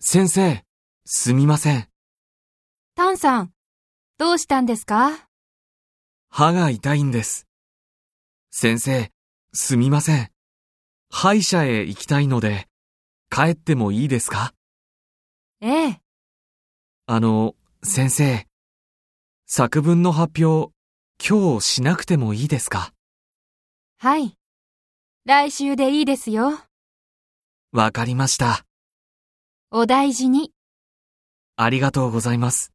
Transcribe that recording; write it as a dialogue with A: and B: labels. A: 先生、すみません。
B: タンさん、どうしたんですか
A: 歯が痛いんです。先生、すみません。歯医者へ行きたいので、帰ってもいいですか
B: ええ、
A: あの、先生、作文の発表、今日しなくてもいいですか
B: はい。来週でいいですよ。
A: わかりました。
B: お大事に。
A: ありがとうございます。